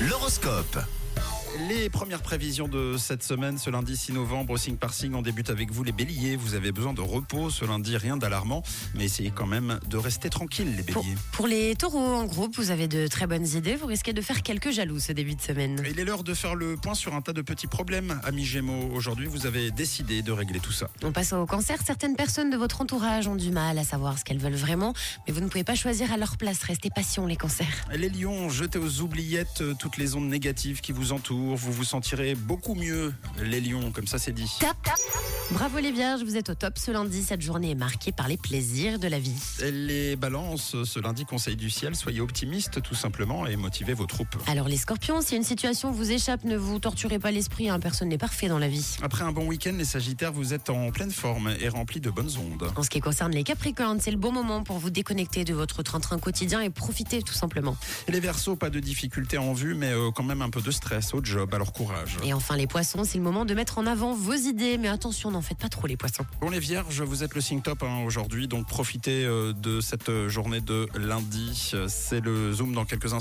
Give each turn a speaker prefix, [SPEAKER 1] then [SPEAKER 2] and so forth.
[SPEAKER 1] L'horoscope. Les premières prévisions de cette semaine, ce lundi 6 novembre, signe par signe, on débute avec vous les béliers. Vous avez besoin de repos ce lundi, rien d'alarmant, mais essayez quand même de rester tranquille les
[SPEAKER 2] Pour,
[SPEAKER 1] béliers.
[SPEAKER 2] pour les taureaux, en groupe, vous avez de très bonnes idées. Vous risquez de faire quelques jaloux ce début de semaine.
[SPEAKER 1] Il est l'heure de faire le point sur un tas de petits problèmes, amis Gémeaux. Aujourd'hui, vous avez décidé de régler tout ça.
[SPEAKER 2] On passe au cancer. Certaines personnes de votre entourage ont du mal à savoir ce qu'elles veulent vraiment, mais vous ne pouvez pas choisir à leur place. Restez patient, les cancers.
[SPEAKER 1] Les lions, jetez aux oubliettes euh, toutes les ondes négatives qui vous entourent. Vous vous sentirez beaucoup mieux, les lions, comme ça c'est dit.
[SPEAKER 2] Tap, tap. Bravo les vierges, vous êtes au top ce lundi. Cette journée est marquée par les plaisirs de la vie.
[SPEAKER 1] Les balances, ce lundi, conseil du ciel, soyez optimistes tout simplement et motivez vos troupes.
[SPEAKER 2] Alors les scorpions, si une situation vous échappe, ne vous torturez pas l'esprit. hein. Personne n'est parfait dans la vie.
[SPEAKER 1] Après un bon week-end, les Sagittaires, vous êtes en pleine forme et remplis de bonnes ondes.
[SPEAKER 2] En ce qui concerne les capricornes, c'est le bon moment pour vous déconnecter de votre train-train quotidien et profiter tout simplement.
[SPEAKER 1] Et les Verseaux, pas de difficultés en vue, mais euh, quand même un peu de stress au job, alors courage.
[SPEAKER 2] Et enfin les poissons, c'est le moment de mettre en avant vos idées, mais attention, n'en faites pas trop les poissons.
[SPEAKER 1] Bon, les Vierges, vous êtes le signe top hein, euh, aujourd'hui, donc profitez euh, de cette journée de lundi. C'est Euh, le zoom dans quelques instants.